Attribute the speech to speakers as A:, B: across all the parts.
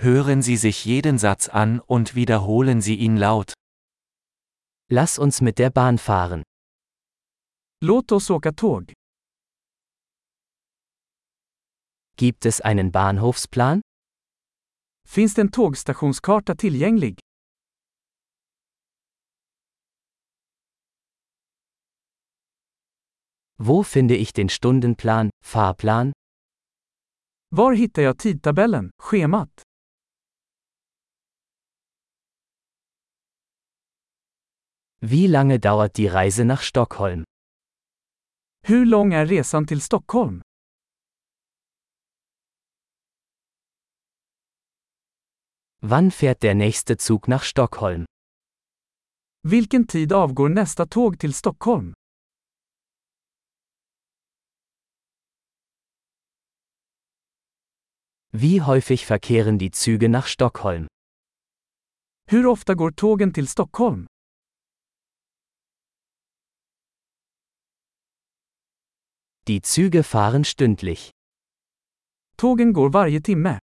A: Hören Sie sich jeden Satz an und wiederholen Sie ihn laut.
B: Lass uns mit der Bahn fahren.
C: Låt oss åka tåg.
B: Gibt es einen Bahnhofsplan?
C: Finns det en tågstationskarta tillgänglig?
B: Wo finde ich den Stundenplan, Fahrplan?
C: Var hittar jag tidtabellen, schemat?
B: Wie lange dauert die Reise nach Stockholm?
C: Hur lång är resan till Stockholm?
B: Wann fährt der nächste Zug nach Stockholm?
C: Vilken tid avgår nästa tåg till Stockholm?
B: Wie häufig verkehren die Züge nach Stockholm?
C: Hur ofta går tågen till Stockholm?
B: Die Züge fahren stündlich.
C: Tågen går varje timme.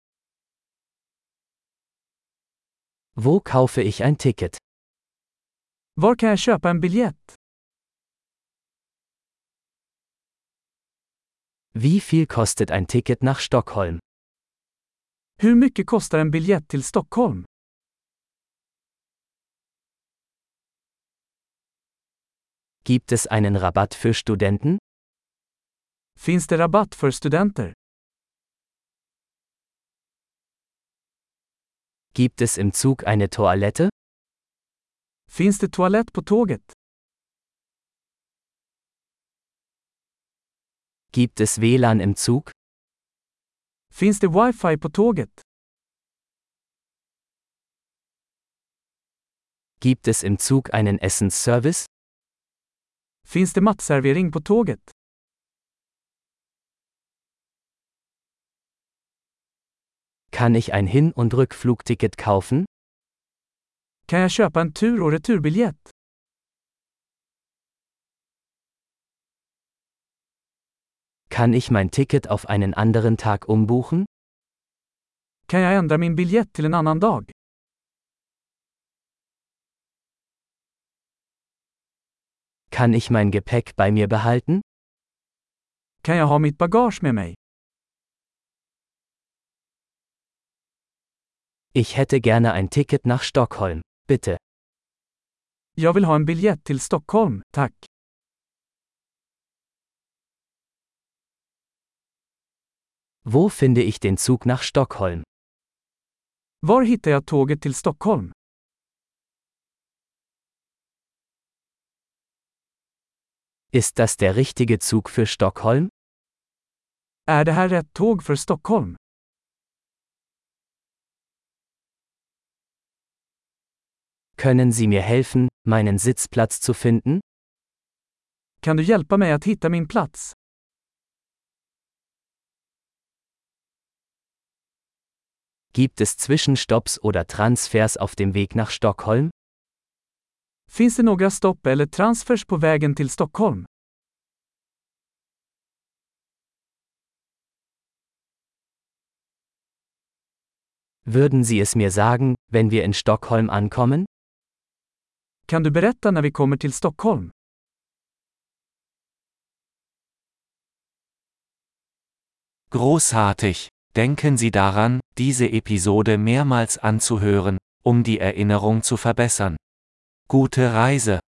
B: Wo kaufe ich ein Ticket?
C: Var kan jag köpa en biljett?
B: Wie viel kostet ein Ticket nach Stockholm?
C: Hur mycket kostar en biljett till Stockholm?
B: Gibt es einen Rabatt für Studenten?
C: Finns det rabatt för studenter?
B: Gibt es im Zug eine Toilette?
C: Finns det toalett på tåget?
B: Gibt es WLAN im Zug?
C: Finns det wifi på tåget?
B: Gibt es im Zug einen Essensservice?
C: Finns det matservering på tåget?
B: Kann ich ein Hin- und Rückflugticket kaufen?
C: Kan jag köpa en tur och returbiljett?
B: Kann ich mein Ticket auf einen anderen Tag umbuchen?
C: Kan jag ändra min biljett till en annan dag?
B: Kann ich mein Gepäck bei mir behalten?
C: Kan jag ha mitt bagage med mig?
B: Ich hätte gerne ein Ticket nach Stockholm, bitte.
C: Jag vill ha en biljett till Stockholm, tack.
B: Wo finde ich den Zug nach Stockholm?
C: Var hittar jag tåget till Stockholm?
B: Ist das der richtige Zug für Stockholm?
C: Är det här rätt tåg för Stockholm?
B: Können Sie mir helfen, meinen Sitzplatz zu finden?
C: Kan du hjälpa mig att hitta min plats?
B: Gibt es Zwischenstopps oder Transfers auf dem Weg nach Stockholm?
C: Finns det några stopp eller transfers på vägen till Stockholm?
B: Würden Sie es mir sagen, wenn wir in Stockholm ankommen?
C: Kan du berätta när vi kommer till Stockholm?
A: Großartig! Denken Sie daran, diese Episode mehrmals anzuhören, um die Erinnerung zu verbessern. Gute Reise!